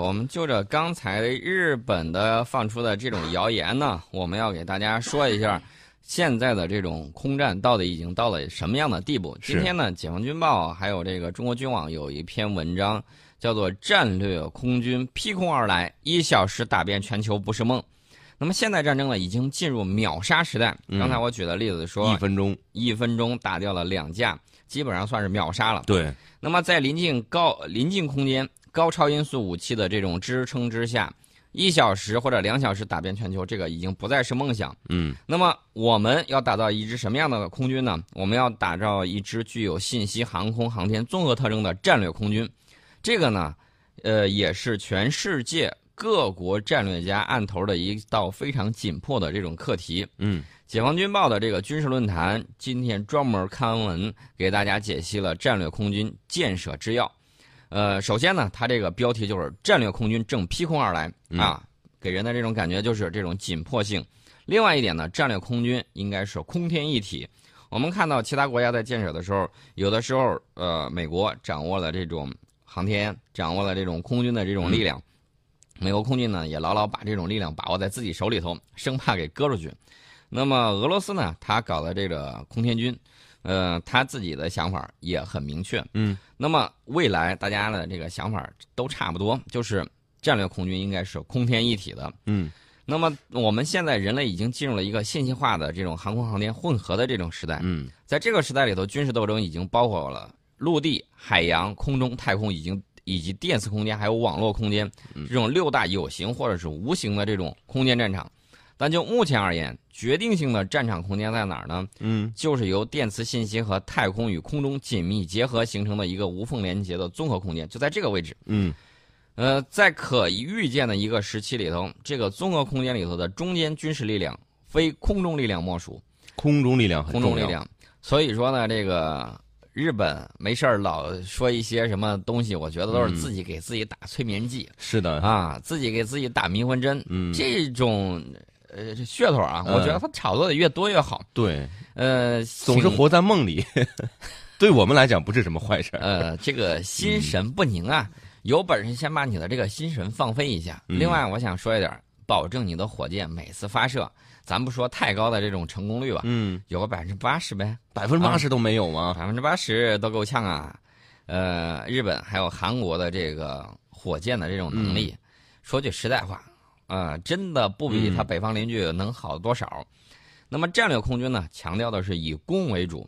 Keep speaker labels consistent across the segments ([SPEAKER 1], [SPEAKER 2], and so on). [SPEAKER 1] 我们就着刚才日本的放出的这种谣言呢，我们要给大家说一下，现在的这种空战到底已经到了什么样的地步？
[SPEAKER 2] 是
[SPEAKER 1] 今天呢，《解放军报》还有这个中国军网有一篇文章，叫做《战略空军劈空而来，一小时打遍全球不是梦》。那么现代战争呢，已经进入秒杀时代。
[SPEAKER 2] 嗯
[SPEAKER 1] 刚才我举的例子说，
[SPEAKER 2] 一分钟，
[SPEAKER 1] 一分钟打掉了两架，基本上算是秒杀了。
[SPEAKER 2] 对，
[SPEAKER 1] 那么在临近高临近空间、高超音速武器的这种支撑之下，一小时或者两小时打遍全球，这个已经不再是梦想。
[SPEAKER 2] 嗯，
[SPEAKER 1] 那么我们要打造一支什么样的空军呢？我们要打造一支具有信息、航空、航天综合特征的战略空军。这个呢，呃，也是全世界各国战略家案头的一道非常紧迫的这种课题。
[SPEAKER 2] 嗯，
[SPEAKER 1] 解放军报的这个军事论坛今天专门刊文给大家解析了战略空军建设之要。呃，首先呢，它这个标题就是“战略空军正劈空而来”啊，给人的这种感觉就是这种紧迫性。另外一点呢，战略空军应该是空天一体。我们看到其他国家在建设的时候，有的时候，呃，美国掌握了这种航天，掌握了这种空军的这种力量，美国空军呢也牢牢把这种力量把握在自己手里头，生怕给割出去。那么俄罗斯呢，他搞的这个空天军，呃，他自己的想法也很明确。
[SPEAKER 2] 嗯，
[SPEAKER 1] 那么未来大家的这个想法都差不多，就是战略空军应该是空天一体的。
[SPEAKER 2] 嗯，
[SPEAKER 1] 那么我们现在人类已经进入了一个信息化的这种航空航天混合的这种时代。
[SPEAKER 2] 嗯，
[SPEAKER 1] 在这个时代里头，军事斗争已经包括了陆地、海洋、空中、太空，已经以及电磁空间还有网络空间这种六大有形或者是无形的这种空间战场。但就目前而言，决定性的战场空间在哪儿呢？
[SPEAKER 2] 嗯，
[SPEAKER 1] 就是由电磁信息和太空与空中紧密结合形成的一个无缝连接的综合空间，就在这个位置。
[SPEAKER 2] 嗯，
[SPEAKER 1] 呃，在可预见的一个时期里头，这个综合空间里头的中间军事力量非空中力量莫属。
[SPEAKER 2] 空中力量很
[SPEAKER 1] 空
[SPEAKER 2] 重要，
[SPEAKER 1] 中力量。所以说呢，这个日本没事儿老说一些什么东西，我觉得都是
[SPEAKER 2] 嗯
[SPEAKER 1] 自己给自己打催眠剂、
[SPEAKER 2] 是的，
[SPEAKER 1] 啊，自己给自己打迷魂针，
[SPEAKER 2] 嗯，
[SPEAKER 1] 这种呃这噱头啊，我觉得它炒作的越多越好。
[SPEAKER 2] 对，
[SPEAKER 1] 呃，
[SPEAKER 2] 总是
[SPEAKER 1] 请
[SPEAKER 2] 活在 梦里，对我们来讲不是什么坏事儿，
[SPEAKER 1] 呃，这个
[SPEAKER 2] 嗯
[SPEAKER 1] 心神不宁啊，有本事先把你的这个心神放飞一下。
[SPEAKER 2] 嗯
[SPEAKER 1] 另外，我想说一点儿，保证你的火箭每次发射，咱不说太高的这种成功率吧，
[SPEAKER 2] 嗯，
[SPEAKER 1] 有个百分之八十呗。
[SPEAKER 2] 百分之八十都没有吗？
[SPEAKER 1] 百分之八十都够呛啊。呃，日本还有韩国的这个火箭的这种能力，说句实在话，呃，真的不比它北方邻居能好多少。那么战略空军呢，强调的是以攻为主。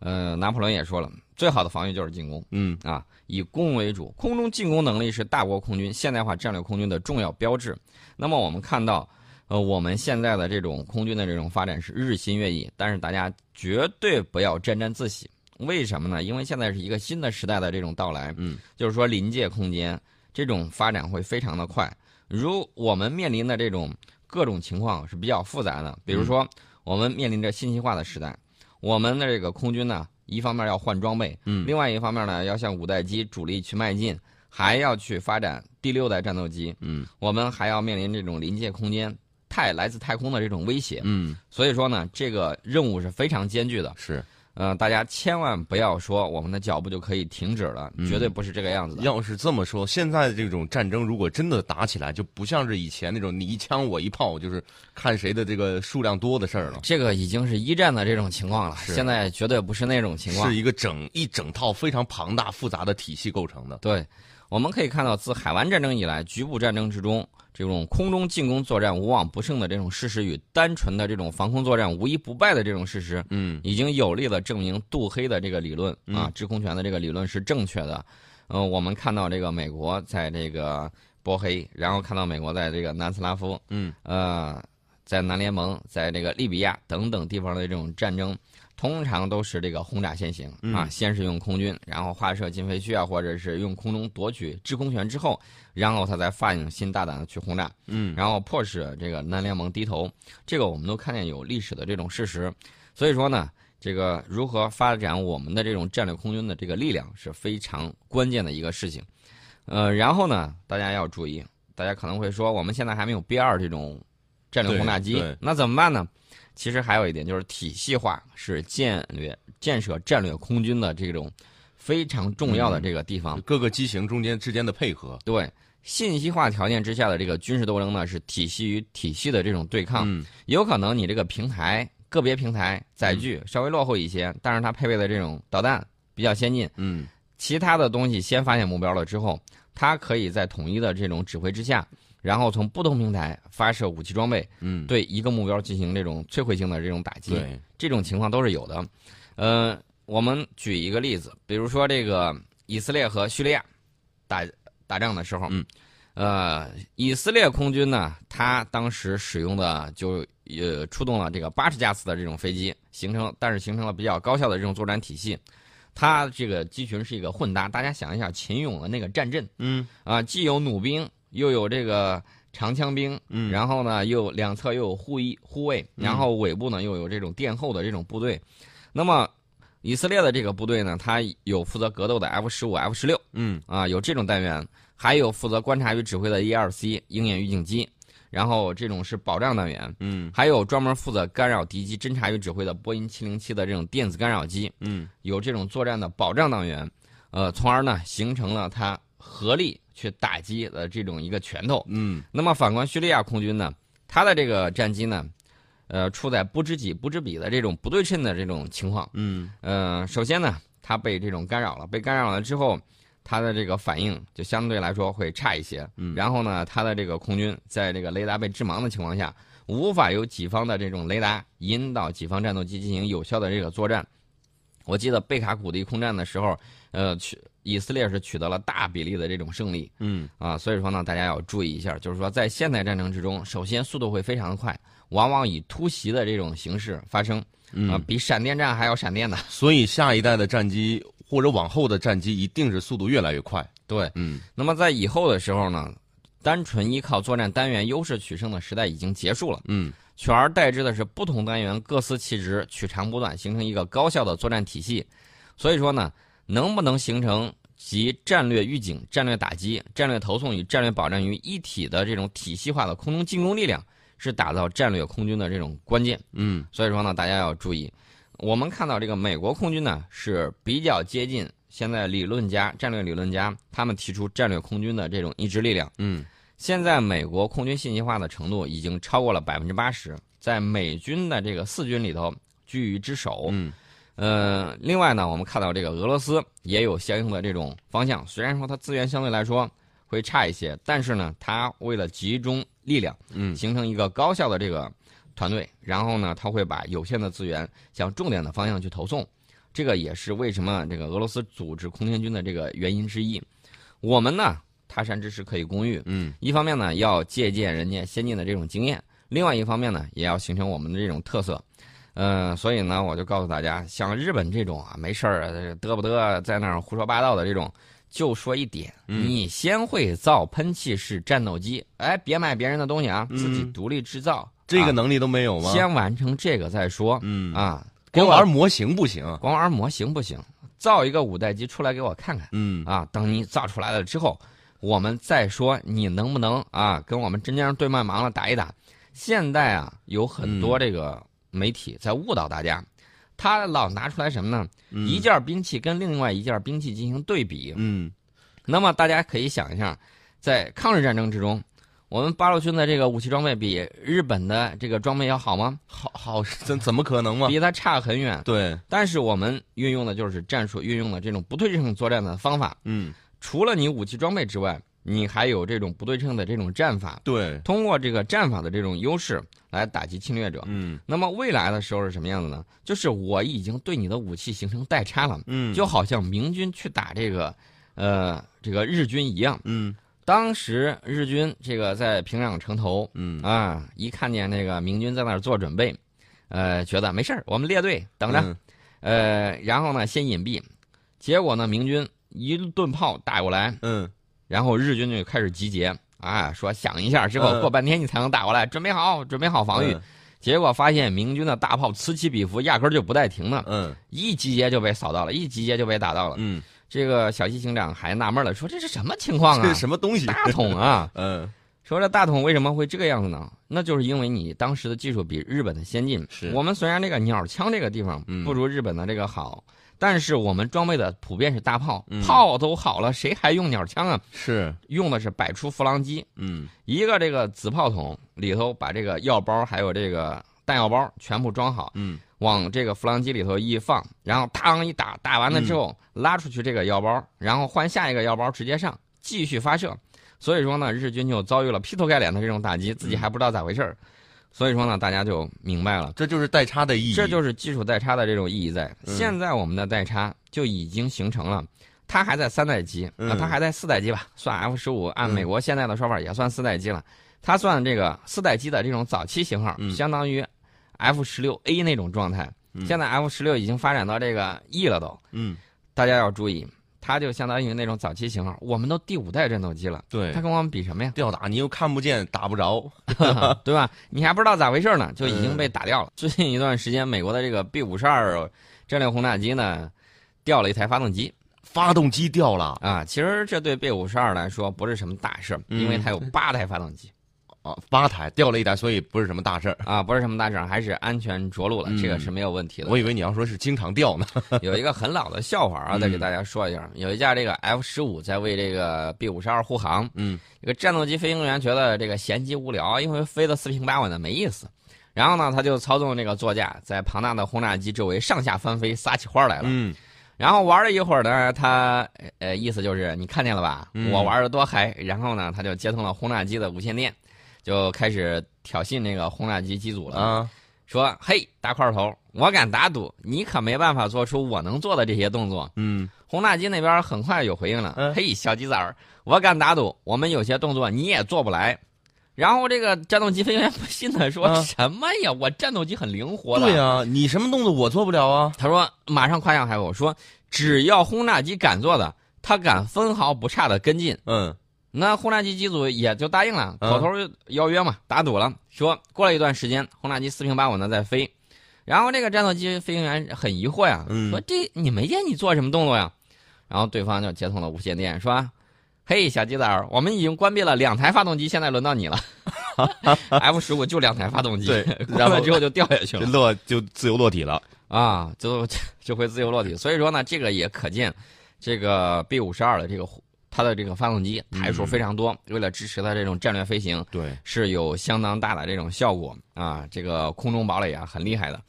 [SPEAKER 1] 呃，拿破仑也说了，最好的防御就是进攻
[SPEAKER 2] 嗯，
[SPEAKER 1] 啊，以攻为主。空中进攻能力是大国空军现代化战略空军的重要标志。那么我们看到，呃，我们现在的这种空军的这种发展是日新月异，但是大家绝对不要沾沾自喜。为什么呢？因为现在是一个新的时代的这种到来，
[SPEAKER 2] 嗯，
[SPEAKER 1] 就是说临界空间这种发展会非常的快。如我们面临的这种各种情况是比较复杂的，比如说我们面临着信息化的时代，我们的这个空军呢，一方面要换装备，
[SPEAKER 2] 嗯
[SPEAKER 1] 另外一方面呢要向五代机主力去迈进，还要去发展第六代战斗机，
[SPEAKER 2] 嗯，
[SPEAKER 1] 我们还要面临这种临界空间太来自太空的这种威胁，
[SPEAKER 2] 嗯，
[SPEAKER 1] 所以说呢，这个任务是非常艰巨的。
[SPEAKER 2] 是
[SPEAKER 1] 呃，大家千万不要说我们的脚步就可以停止了，
[SPEAKER 2] 嗯
[SPEAKER 1] 绝对不是这个样子的。
[SPEAKER 2] 要是这么说，现在这种战争如果真的打起来，就不像是以前那种你一枪我一炮，就是看谁的这个数量多的事儿了，
[SPEAKER 1] 这个已经是一战的这种情况了，
[SPEAKER 2] 是
[SPEAKER 1] 现在绝对不是那种情况
[SPEAKER 2] 是。一个整一整套非常庞大复杂的体系构成的。
[SPEAKER 1] 对，我们可以看到，自海湾战争以来，局部战争之中，这种空中进攻作战无往不胜的这种事实与单纯的这种防空作战无一不败的这种事实，
[SPEAKER 2] 嗯
[SPEAKER 1] 已经有力的证明杜黑的这个理论啊
[SPEAKER 2] 嗯，
[SPEAKER 1] 制空权的这个理论是正确的。呃，我们看到这个美国在这个波黑，然后看到美国在这个南斯拉夫，
[SPEAKER 2] 嗯，
[SPEAKER 1] 呃，在南联盟，在这个利比亚等等地方的这种战争，通常都是这个轰炸先行啊，
[SPEAKER 2] 嗯
[SPEAKER 1] 先是用空军，然后发射禁飞区啊，或者是用空中夺取制空权之后，然后他才放心大胆的去轰炸，
[SPEAKER 2] 嗯，
[SPEAKER 1] 然后迫使这个南联盟低头，这个我们都看见有历史的这种事实，所以说呢。这个如何发展我们的这种战略空军的这个力量是非常关键的一个事情，呃，然后呢，大家要注意，大家可能会说，我们现在还没有 B 二这种战略轰炸机
[SPEAKER 2] 对对，
[SPEAKER 1] 那怎么办呢？其实还有一点就是体系化是建略建设战略空
[SPEAKER 2] 嗯
[SPEAKER 1] 军的这种非常重要的这个地方。
[SPEAKER 2] 各个机型中间之间的配合。
[SPEAKER 1] 对，信息化条件之下的这个军事斗争呢，是体系与体系的这种对抗，
[SPEAKER 2] 嗯
[SPEAKER 1] 也有可能你这个平台个别平台载具稍微落后一些，但是它配备的这种导弹比较先进，
[SPEAKER 2] 嗯
[SPEAKER 1] 其他的东西先发现目标了之后，它可以在统一的这种指挥之下，然后从不同平台发射武器装备，
[SPEAKER 2] 嗯，
[SPEAKER 1] 对一个目标进行这种摧毁性的这种打击。
[SPEAKER 2] 对，
[SPEAKER 1] 这种情况都是有的。呃，我们举一个例子，比如说这个以色列和叙利亚打打仗的时候，
[SPEAKER 2] 嗯，
[SPEAKER 1] 呃，以色列空军呢，它当时使用的就呃出动了这个八十架次的这种飞机，形成但是形成了比较高效的这种作战体系。它这个机群是一个混搭，大家想一下秦俑的那个战阵
[SPEAKER 2] 嗯
[SPEAKER 1] 啊、既有弩兵，又有这个长枪兵，
[SPEAKER 2] 嗯，
[SPEAKER 1] 然后呢，又两侧又有护翼护卫，
[SPEAKER 2] 嗯
[SPEAKER 1] 然后尾部呢又有这种殿后的这种部队。那么以色列的这个部队呢，它有负责格斗的 F 十五、F 十六
[SPEAKER 2] 嗯
[SPEAKER 1] 啊，有这种单元，还有负责观察与指挥的 E 二 C 鹰眼预警机，然后这种是保障单元，
[SPEAKER 2] 嗯
[SPEAKER 1] 还有专门负责干扰敌机侦察与指挥的波音七零七的这种电子干扰机，
[SPEAKER 2] 嗯
[SPEAKER 1] 有这种作战的保障单元，呃，从而呢形成了它合力去打击的这种一个拳头。
[SPEAKER 2] 嗯
[SPEAKER 1] 那么反观叙利亚空军呢，它的这个战机呢，呃，处在不知己不知彼的这种不对称的这种情况。
[SPEAKER 2] 嗯
[SPEAKER 1] 呃，首先呢，它被这种干扰了，被干扰了之后，它的这个反应就相对来说会差一些。
[SPEAKER 2] 嗯
[SPEAKER 1] 然后呢，它的这个空军在这个雷达被致盲的情况下，无法由己方的这种雷达引导己方战斗机进行有效的这个作战。我记得贝卡谷地空战的时候，呃，取以色列是取得了大比例的这种胜利。
[SPEAKER 2] 嗯
[SPEAKER 1] 啊，所以说呢，大家要注意一下，就是说在现代战争之中，首先速度会非常的快，往往以突袭的这种形式发生啊，
[SPEAKER 2] 嗯，
[SPEAKER 1] 比闪电战还要闪电的。
[SPEAKER 2] 所以下一代的战机或者往后的战机一定是速度越来越快。
[SPEAKER 1] 对，
[SPEAKER 2] 嗯
[SPEAKER 1] 那么在以后的时候呢，单纯依靠作战单元优势取胜的时代已经结束了，
[SPEAKER 2] 嗯
[SPEAKER 1] 取而代之的是不同单元各司其职，取长补短，形成一个高效的作战体系。所以说呢，能不能形成集战略预警、战略打击、战略投送与战略保障于一体的这种体系化的空中进攻力量，是打造战略空军的这种关键。
[SPEAKER 2] 嗯
[SPEAKER 1] 所以说呢，大家要注意。我们看到这个美国空军呢是比较接近现在理论家、战略理论家他们提出战略空军的这种意志力量。
[SPEAKER 2] 嗯
[SPEAKER 1] 现在美国空军信息化的程度已经超过了百分之八十，在美军的这个四军里头居于之首。
[SPEAKER 2] 嗯
[SPEAKER 1] 呃，另外呢，我们看到这个俄罗斯也有相应的这种方向，虽然说它资源相对来说会差一些，但是呢，它为了集中力量，
[SPEAKER 2] 嗯
[SPEAKER 1] 形成一个高效的这个团队，然后呢，它会把有限的资源向重点的方向去投送，这个也是为什么这个俄罗斯组织空天军的这个原因之一。我们呢，他山之石可以攻玉，
[SPEAKER 2] 嗯
[SPEAKER 1] 一方面呢要借鉴人家先进的这种经验，另外一方面呢也要形成我们的这种特色。呃，所以呢，我就告诉大家，像日本这种啊，没事儿呃嘚不嘚在那儿胡说八道的这种，就说一点，
[SPEAKER 2] 嗯
[SPEAKER 1] 你先会造喷气式战斗机，哎，别买别人的东西啊，
[SPEAKER 2] 嗯
[SPEAKER 1] 自己独立制造，
[SPEAKER 2] 这
[SPEAKER 1] 啊
[SPEAKER 2] 个能力都没有吗？
[SPEAKER 1] 先完成这个再说
[SPEAKER 2] 嗯，
[SPEAKER 1] 啊。给
[SPEAKER 2] 光
[SPEAKER 1] 我
[SPEAKER 2] 玩模型不行。
[SPEAKER 1] 光玩模型不行，造一个五代机出来给我看看。
[SPEAKER 2] 嗯
[SPEAKER 1] 啊，等你造出来了之后，我们再说你能不能啊跟我们真正对麦芒了打一打。现在啊，有很多这个媒体在误导大家，他老拿出来什么呢？
[SPEAKER 2] 嗯
[SPEAKER 1] 一件兵器跟另外一件兵器进行对比。
[SPEAKER 2] 嗯
[SPEAKER 1] 那么大家可以想一下，在抗日战争之中，我们八路军的这个武器装备比日本的这个装备要好吗？
[SPEAKER 2] 好好怎怎么可能 嘛？
[SPEAKER 1] 比它差很远。
[SPEAKER 2] 对，
[SPEAKER 1] 但是我们运用的就是战术，运用的这种不对称作战的方法。
[SPEAKER 2] 嗯
[SPEAKER 1] 除了你武器装备之外，你还有这种不对称的这种战法，
[SPEAKER 2] 对，
[SPEAKER 1] 通过这个战法的这种优势来打击侵略者。
[SPEAKER 2] 嗯
[SPEAKER 1] 那么未来的时候是什么样子呢？就是我已经对你的武器形成代差了，
[SPEAKER 2] 嗯
[SPEAKER 1] 就好像明军去打这个，呃，这个日军一样。
[SPEAKER 2] 嗯
[SPEAKER 1] 当时日军这个在平壤城头
[SPEAKER 2] 嗯
[SPEAKER 1] 啊，一看见那个明军在那儿做准备，呃，觉得没事儿，我们列队等着，
[SPEAKER 2] 嗯
[SPEAKER 1] 呃，然后呢先隐蔽，结果呢明军一顿炮打过来，
[SPEAKER 2] 嗯
[SPEAKER 1] 然后日军就开始集结啊，说想一下之后
[SPEAKER 2] 嗯
[SPEAKER 1] 过半天你才能打过来，准备好，准备好防御。结果发现明军的大炮此起彼伏，压根儿就不带停的，
[SPEAKER 2] 嗯
[SPEAKER 1] 一集结就被扫到了，一集结就被打到了。
[SPEAKER 2] 嗯，
[SPEAKER 1] 这个小西行长还纳闷了，说这是什么情况
[SPEAKER 2] 这
[SPEAKER 1] 啊
[SPEAKER 2] 是？什么东西？
[SPEAKER 1] 大桶啊，
[SPEAKER 2] 嗯
[SPEAKER 1] 说这大桶为什么会这个样子呢？那就是因为你当时的技术比日本的先进。
[SPEAKER 2] 是
[SPEAKER 1] 我们虽然这个鸟枪这个地方
[SPEAKER 2] 嗯
[SPEAKER 1] 不如日本的这个好，但是我们装备的普遍是大炮
[SPEAKER 2] 嗯，
[SPEAKER 1] 炮都好了，谁还用鸟枪啊？
[SPEAKER 2] 是，
[SPEAKER 1] 用的是百出弗朗机，
[SPEAKER 2] 嗯
[SPEAKER 1] 一个这个子炮筒里头把这个药包还有这个弹药包全部装好，
[SPEAKER 2] 嗯
[SPEAKER 1] 往这个弗朗机里头一放，然后嘡一打，打完了之后、拉出去这个药包，然后换下一个药包直接上，继续发射。所以说呢，日军就遭遇了劈头盖脸的这种打击，自己还不知道咋回事儿。所以说呢，大家就明白了，
[SPEAKER 2] 这就是代差的意义。
[SPEAKER 1] 这就是技术代差的这种意义在。
[SPEAKER 2] 嗯
[SPEAKER 1] 现在我们的代差就已经形成了。它还在三代机，啊，
[SPEAKER 2] 嗯
[SPEAKER 1] 它还在四代机吧？算 F 十五，按
[SPEAKER 2] 嗯
[SPEAKER 1] 美国现在的说法也算四代机了。它算这个四代机的这种早期型号，
[SPEAKER 2] 嗯
[SPEAKER 1] 相当于 F 十六 A 那种状态。
[SPEAKER 2] 嗯
[SPEAKER 1] 现在 F 十六已经发展到这个 E 了都，
[SPEAKER 2] 嗯，
[SPEAKER 1] 大家要注意，它就相当于那种早期型号，我们都第五代战斗机了，
[SPEAKER 2] 对？
[SPEAKER 1] 它，跟我们比什么呀
[SPEAKER 2] 吊打你又看不见，打不着。
[SPEAKER 1] 对吧？你还不知道咋回事呢，就已经
[SPEAKER 2] 嗯
[SPEAKER 1] 被打掉了。最近一段时间，美国的这个 B 五十二战略轰炸机呢，掉了一台发动机
[SPEAKER 2] 发动机掉了
[SPEAKER 1] 啊。其实这对 B 五十二来说不是什么大事儿，
[SPEAKER 2] 嗯
[SPEAKER 1] 因为它有八台发动机
[SPEAKER 2] 啊，八台掉了一台，所以不是什么大事儿。
[SPEAKER 1] 啊，不是什么大事儿，还是安全着陆了，
[SPEAKER 2] 嗯
[SPEAKER 1] 这个是没有问题的。
[SPEAKER 2] 我以为你要说是经常掉呢。
[SPEAKER 1] 有一个很老的笑话啊，
[SPEAKER 2] 嗯
[SPEAKER 1] 再给大家说一下，有一架这个 F 十五在为这个 B 五十二护航，
[SPEAKER 2] 嗯
[SPEAKER 1] 这个战斗机飞行员觉得这个闲极无聊，因为飞得四平八稳的没意思。然后呢，他就操纵这个座驾在庞大的轰炸机周围上下翻飞，撒起欢儿来了。
[SPEAKER 2] 嗯
[SPEAKER 1] 然后玩了一会儿呢，他呃意思就是你看见了吧，
[SPEAKER 2] 嗯
[SPEAKER 1] 我玩的多嗨。然后呢，他就接通了轰炸机的无线电，就开始挑衅那个轰炸机机组了。
[SPEAKER 2] 啊，
[SPEAKER 1] 说：“嘿，大块头，我敢打赌，你可没办法做出我能做的这些动作。
[SPEAKER 2] 嗯”
[SPEAKER 1] 轰炸机那边很快有回应了：“
[SPEAKER 2] 嗯
[SPEAKER 1] 嘿，小鸡崽儿，我敢打赌，我们有些动作你也做不来。”然后这个战斗机飞行员不信的说：“
[SPEAKER 2] 啊
[SPEAKER 1] 什么呀？我战斗机很灵活的。
[SPEAKER 2] 对啊，你什么动作我做不了啊。
[SPEAKER 1] 他说：“马上夸下海口，说只要轰炸机敢做的，他敢分毫不差的跟进。”
[SPEAKER 2] 嗯
[SPEAKER 1] 那轰炸机机组也就答应了，
[SPEAKER 2] 嗯
[SPEAKER 1] 口头邀约嘛，打赌了，说过了一段时间，轰炸机四平八稳的在飞，然后这个战斗机飞行员很疑惑呀，
[SPEAKER 2] 嗯
[SPEAKER 1] 说这你没见你做什么动作呀？然后对方就接通了无线电，说。嘿，小鸡仔儿，我们已经关闭了两台发动机，现在轮到你 了。F 十五就两台发动机，
[SPEAKER 2] 对
[SPEAKER 1] 关
[SPEAKER 2] 然后
[SPEAKER 1] 了之后就掉下去
[SPEAKER 2] 就
[SPEAKER 1] 了
[SPEAKER 2] 落就自由落体了。
[SPEAKER 1] 啊，就 就会自由落体。所以说呢，这个也可见，这个 B 五十二的这个它的这个发动机台数非常多，为了支持它这种战略飞行，
[SPEAKER 2] 对，
[SPEAKER 1] 是有相当大的这种效果啊，这个空中堡垒啊很厉害的。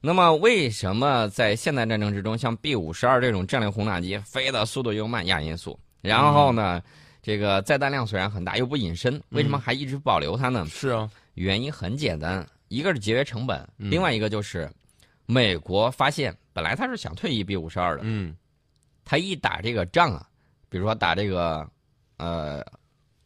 [SPEAKER 1] 那么为什么在现代战争之中，像 B 五十二这种战略轰炸机飞的速度又慢，亚音速，然后呢，这个载弹量虽然很大，又不隐身，为什么还一直保留它呢？
[SPEAKER 2] 是啊，
[SPEAKER 1] 原因很简单，一个是节约成本，
[SPEAKER 2] 嗯
[SPEAKER 1] 另外一个就是美国发现本来他是想退役 B 五十二的，
[SPEAKER 2] 嗯
[SPEAKER 1] 他一打这个仗啊，比如说打这个呃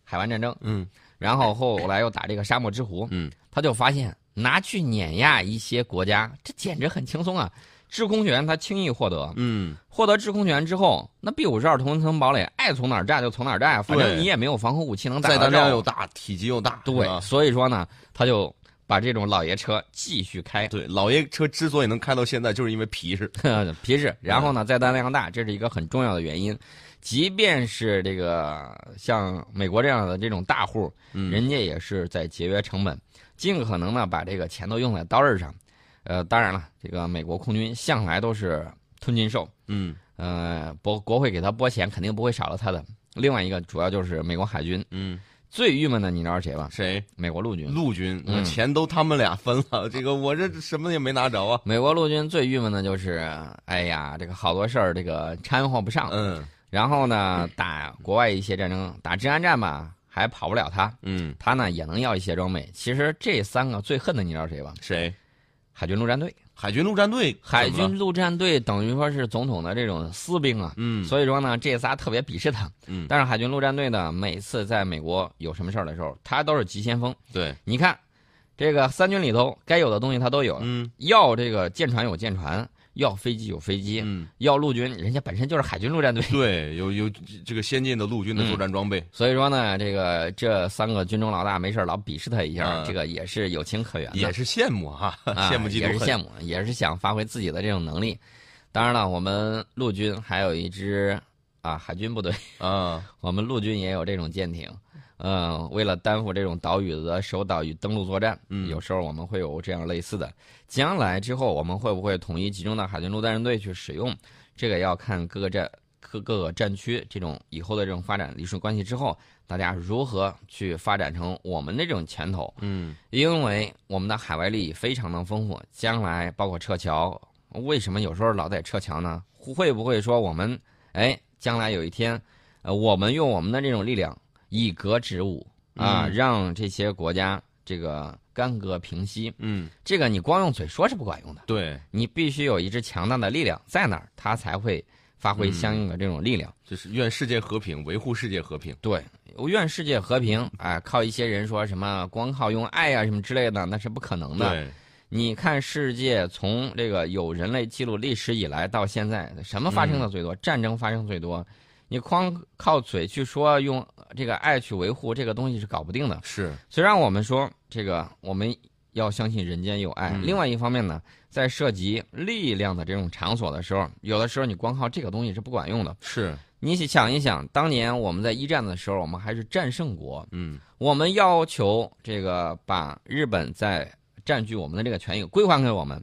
[SPEAKER 1] 海湾战争，
[SPEAKER 2] 嗯
[SPEAKER 1] 然后后来又打这个沙漠之狐，
[SPEAKER 2] 嗯，
[SPEAKER 1] 他就发现拿去碾压一些国家，这简直很轻松啊！制空权他轻易获得，
[SPEAKER 2] 嗯，
[SPEAKER 1] 获得制空权之后，那 B 五十二同城堡垒爱从哪儿炸就从哪儿炸，反正
[SPEAKER 2] 对
[SPEAKER 1] 你也没有防空武器能打
[SPEAKER 2] 载
[SPEAKER 1] 得
[SPEAKER 2] 弹量
[SPEAKER 1] 着
[SPEAKER 2] 又。大，体积又大，是
[SPEAKER 1] 对，
[SPEAKER 2] 吧
[SPEAKER 1] 所以说呢，他就把这种老爷车继续开，
[SPEAKER 2] 对，老爷车之所以能开到现在，就是因为皮实。
[SPEAKER 1] 皮实，然后
[SPEAKER 2] 嗯
[SPEAKER 1] 呢，载弹量大，这是一个很重要的原因。即便是这个像美国这样的这种大户，
[SPEAKER 2] 嗯
[SPEAKER 1] 人家也是在节约成本，尽可能呢把这个钱都用在刀刃上。呃，当然了，这个美国空军向来都是吞金兽，
[SPEAKER 2] 嗯
[SPEAKER 1] 呃，国国会给他拨钱肯定不会少了他的。另外一个主要就是美国海军
[SPEAKER 2] 嗯，
[SPEAKER 1] 最郁闷的，你知道是谁吧？
[SPEAKER 2] 谁？
[SPEAKER 1] 美国陆军。
[SPEAKER 2] 陆军，我
[SPEAKER 1] 嗯
[SPEAKER 2] 钱都他们俩分了， 这个我这什么也没拿着啊。
[SPEAKER 1] 美国陆军最郁闷的就是，哎呀，这个好多事儿这个掺和不上，
[SPEAKER 2] 嗯
[SPEAKER 1] 然后呢，打国外一些战争，打治安战吧，还跑不了他，
[SPEAKER 2] 嗯，
[SPEAKER 1] 他呢也能要一些装备。其实这三个最恨的，你知道谁吧？
[SPEAKER 2] 谁？
[SPEAKER 1] 海军陆战队，
[SPEAKER 2] 海军陆战队，
[SPEAKER 1] 海
[SPEAKER 2] 怎么了，
[SPEAKER 1] 军陆战队等于说是总统的这种私兵啊，
[SPEAKER 2] 嗯，
[SPEAKER 1] 所以说呢，这仨特别鄙视他。
[SPEAKER 2] 嗯
[SPEAKER 1] 但是海军陆战队呢，每次在美国有什么事儿的时候，他都是急先锋。
[SPEAKER 2] 对，
[SPEAKER 1] 你看，这个三军里头该有的东西他都有，
[SPEAKER 2] 嗯
[SPEAKER 1] 要这个舰船有舰船，要飞机有飞机，
[SPEAKER 2] 嗯，
[SPEAKER 1] 要陆军，人家本身就是海军陆战队。
[SPEAKER 2] 对，有有这个先进的陆军
[SPEAKER 1] 嗯
[SPEAKER 2] 的作战装备，
[SPEAKER 1] 所以说呢，这个这三个军中老大没事儿老鄙视他一下，
[SPEAKER 2] 嗯
[SPEAKER 1] 这个也是有情可原的，
[SPEAKER 2] 也是羡慕哈，
[SPEAKER 1] 啊
[SPEAKER 2] 羡慕嫉
[SPEAKER 1] 也
[SPEAKER 2] 妒
[SPEAKER 1] 是
[SPEAKER 2] 恨。
[SPEAKER 1] 羡慕，也是想发挥自己的这种能力。当然了，我们陆军还有一支啊海军部队，
[SPEAKER 2] 啊，
[SPEAKER 1] 我们陆军也有这种舰艇，呃，为了担负这种岛屿的守岛与登陆作战，
[SPEAKER 2] 嗯
[SPEAKER 1] 有时候我们会有这样类似的。将来之后，我们会不会统一集中到海军陆战队去使用？这个要看各个战各各个战区这种以后的这种发展理顺关系之后，大家如何去发展成我们的这种拳头。
[SPEAKER 2] 嗯
[SPEAKER 1] 因为我们的海外利益非常的丰富，将来包括撤侨，为什么有时候老得撤侨呢？会不会说我们哎，将来有一天，呃，我们用我们的这种力量以革职务啊，
[SPEAKER 2] 嗯
[SPEAKER 1] 让这些国家这个干戈平息？
[SPEAKER 2] 嗯，
[SPEAKER 1] 这个你光用嘴说是不管用的，
[SPEAKER 2] 对，
[SPEAKER 1] 你必须有一支强大的力量在那儿，它才会发挥相应的这种力量。
[SPEAKER 2] 就是愿世界和平，维护世界和平。
[SPEAKER 1] 对，我愿世界和平啊、靠一些人说什么光靠用爱啊呀、什么之类的，那是不可能的。
[SPEAKER 2] 对，
[SPEAKER 1] 你看世界从这个有人类记录历史以来到现在，什么发生的最多？战争发生最多。你光靠嘴去说用这个爱去维护这个东西是搞不定的。
[SPEAKER 2] 是，
[SPEAKER 1] 虽然我们说这个我们要相信人间有爱，另外一方面呢，在涉及力量的这种场所的时候，有的时候你光靠这个东西是不管用的。
[SPEAKER 2] 是，
[SPEAKER 1] 你想一想，当年我们在一战的时候，我们还是战胜国，
[SPEAKER 2] 嗯，
[SPEAKER 1] 我们要求这个把日本在占据我们的这个权益归还给我们，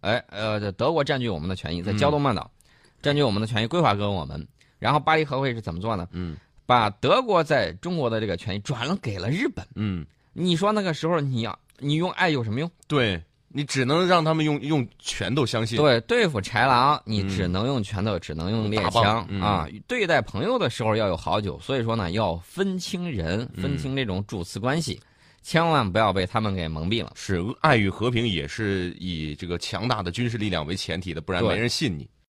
[SPEAKER 1] 哎呃，这德国占据我们的权益在胶东半岛、
[SPEAKER 2] 嗯
[SPEAKER 1] 占据我们的权益归还给我们，然后巴黎和会是怎么做呢？
[SPEAKER 2] 嗯，
[SPEAKER 1] 把德国在中国的这个权益转了给了日本。
[SPEAKER 2] 嗯，
[SPEAKER 1] 你说那个时候你要、你用爱有什么用？
[SPEAKER 2] 对你只能让他们用用拳头相信。
[SPEAKER 1] 对，对付豺狼你只能用拳头，只能用猎
[SPEAKER 2] 嗯大棒
[SPEAKER 1] 枪、
[SPEAKER 2] 嗯
[SPEAKER 1] 啊。对待朋友的时候要有好酒，所以说呢，要分清人，分
[SPEAKER 2] 嗯
[SPEAKER 1] 清这种主次关系，千万不要被他们给蒙蔽了。
[SPEAKER 2] 是爱与和平也是以这个强大的军事力量为前提的，不然
[SPEAKER 1] 对
[SPEAKER 2] 没人信你。